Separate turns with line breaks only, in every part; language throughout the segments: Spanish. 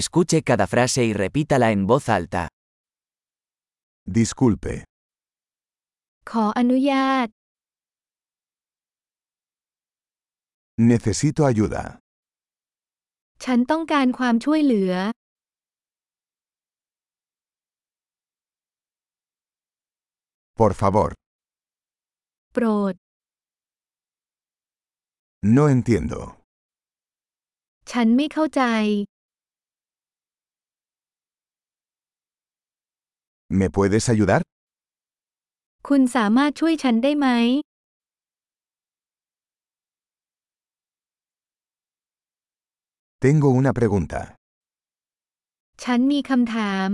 Escuche cada frase y repítala en voz alta.
Disculpe.
ขออนุญาต
Necesito ayuda.
ฉันต้องการความช่วยเหลือ
Por favor.
โปรด
No entiendo.
ฉันไม่เข้าใจ
¿Me puedes ayudar?
คุณสามารถช่วยฉันได้ไหม
Tengo una pregunta.
ฉันมีคำถาม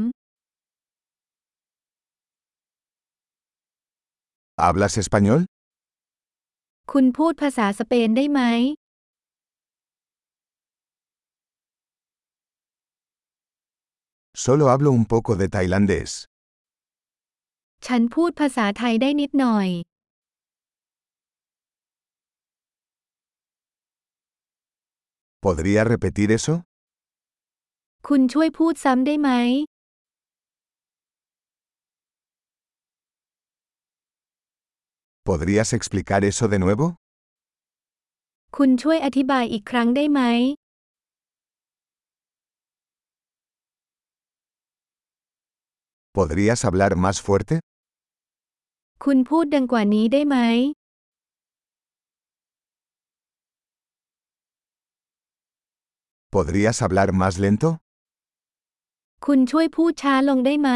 ¿Hablas español?
คุณพูดภาษาสเปนได้ไหม
Solo hablo un poco de tailandés.
ฉันพูดภาษาไทยได้นิดหน่อย
¿Podría repetir eso?
คุณช่วยพูดซ้ำได้ไหม
¿Podrías explicar eso de nuevo?
คุณช่วยอธิบายอีกครั้งได้ไหม
¿Podrías hablar más fuerte?
คุณพูดดังกว่านี้ได้ไหม
¿Podrías hablar más lento?
คุณช่วยพูดช้าลงได้ไหม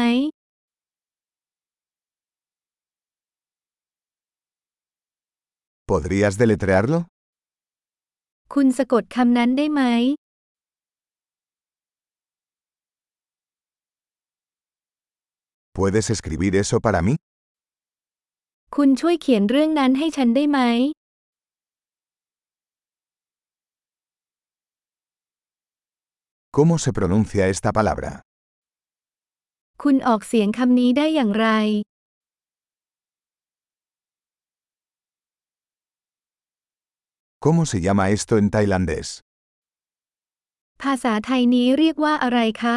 ¿Podrías deletrearlo?
คุณสะกดคำนั้นได้ไหม
¿Puedes escribir eso para mí?
คุณช่วยเขียนเรื่องนั้นให้ฉันได้ไหม
¿Cómo se pronuncia esta palabra?
คุณออกเสียงคำนี้ได้อย่างไร
¿Cómo se llama esto en tailandés?
ภาษาไทยนี้เรียกว่าอะไรคะ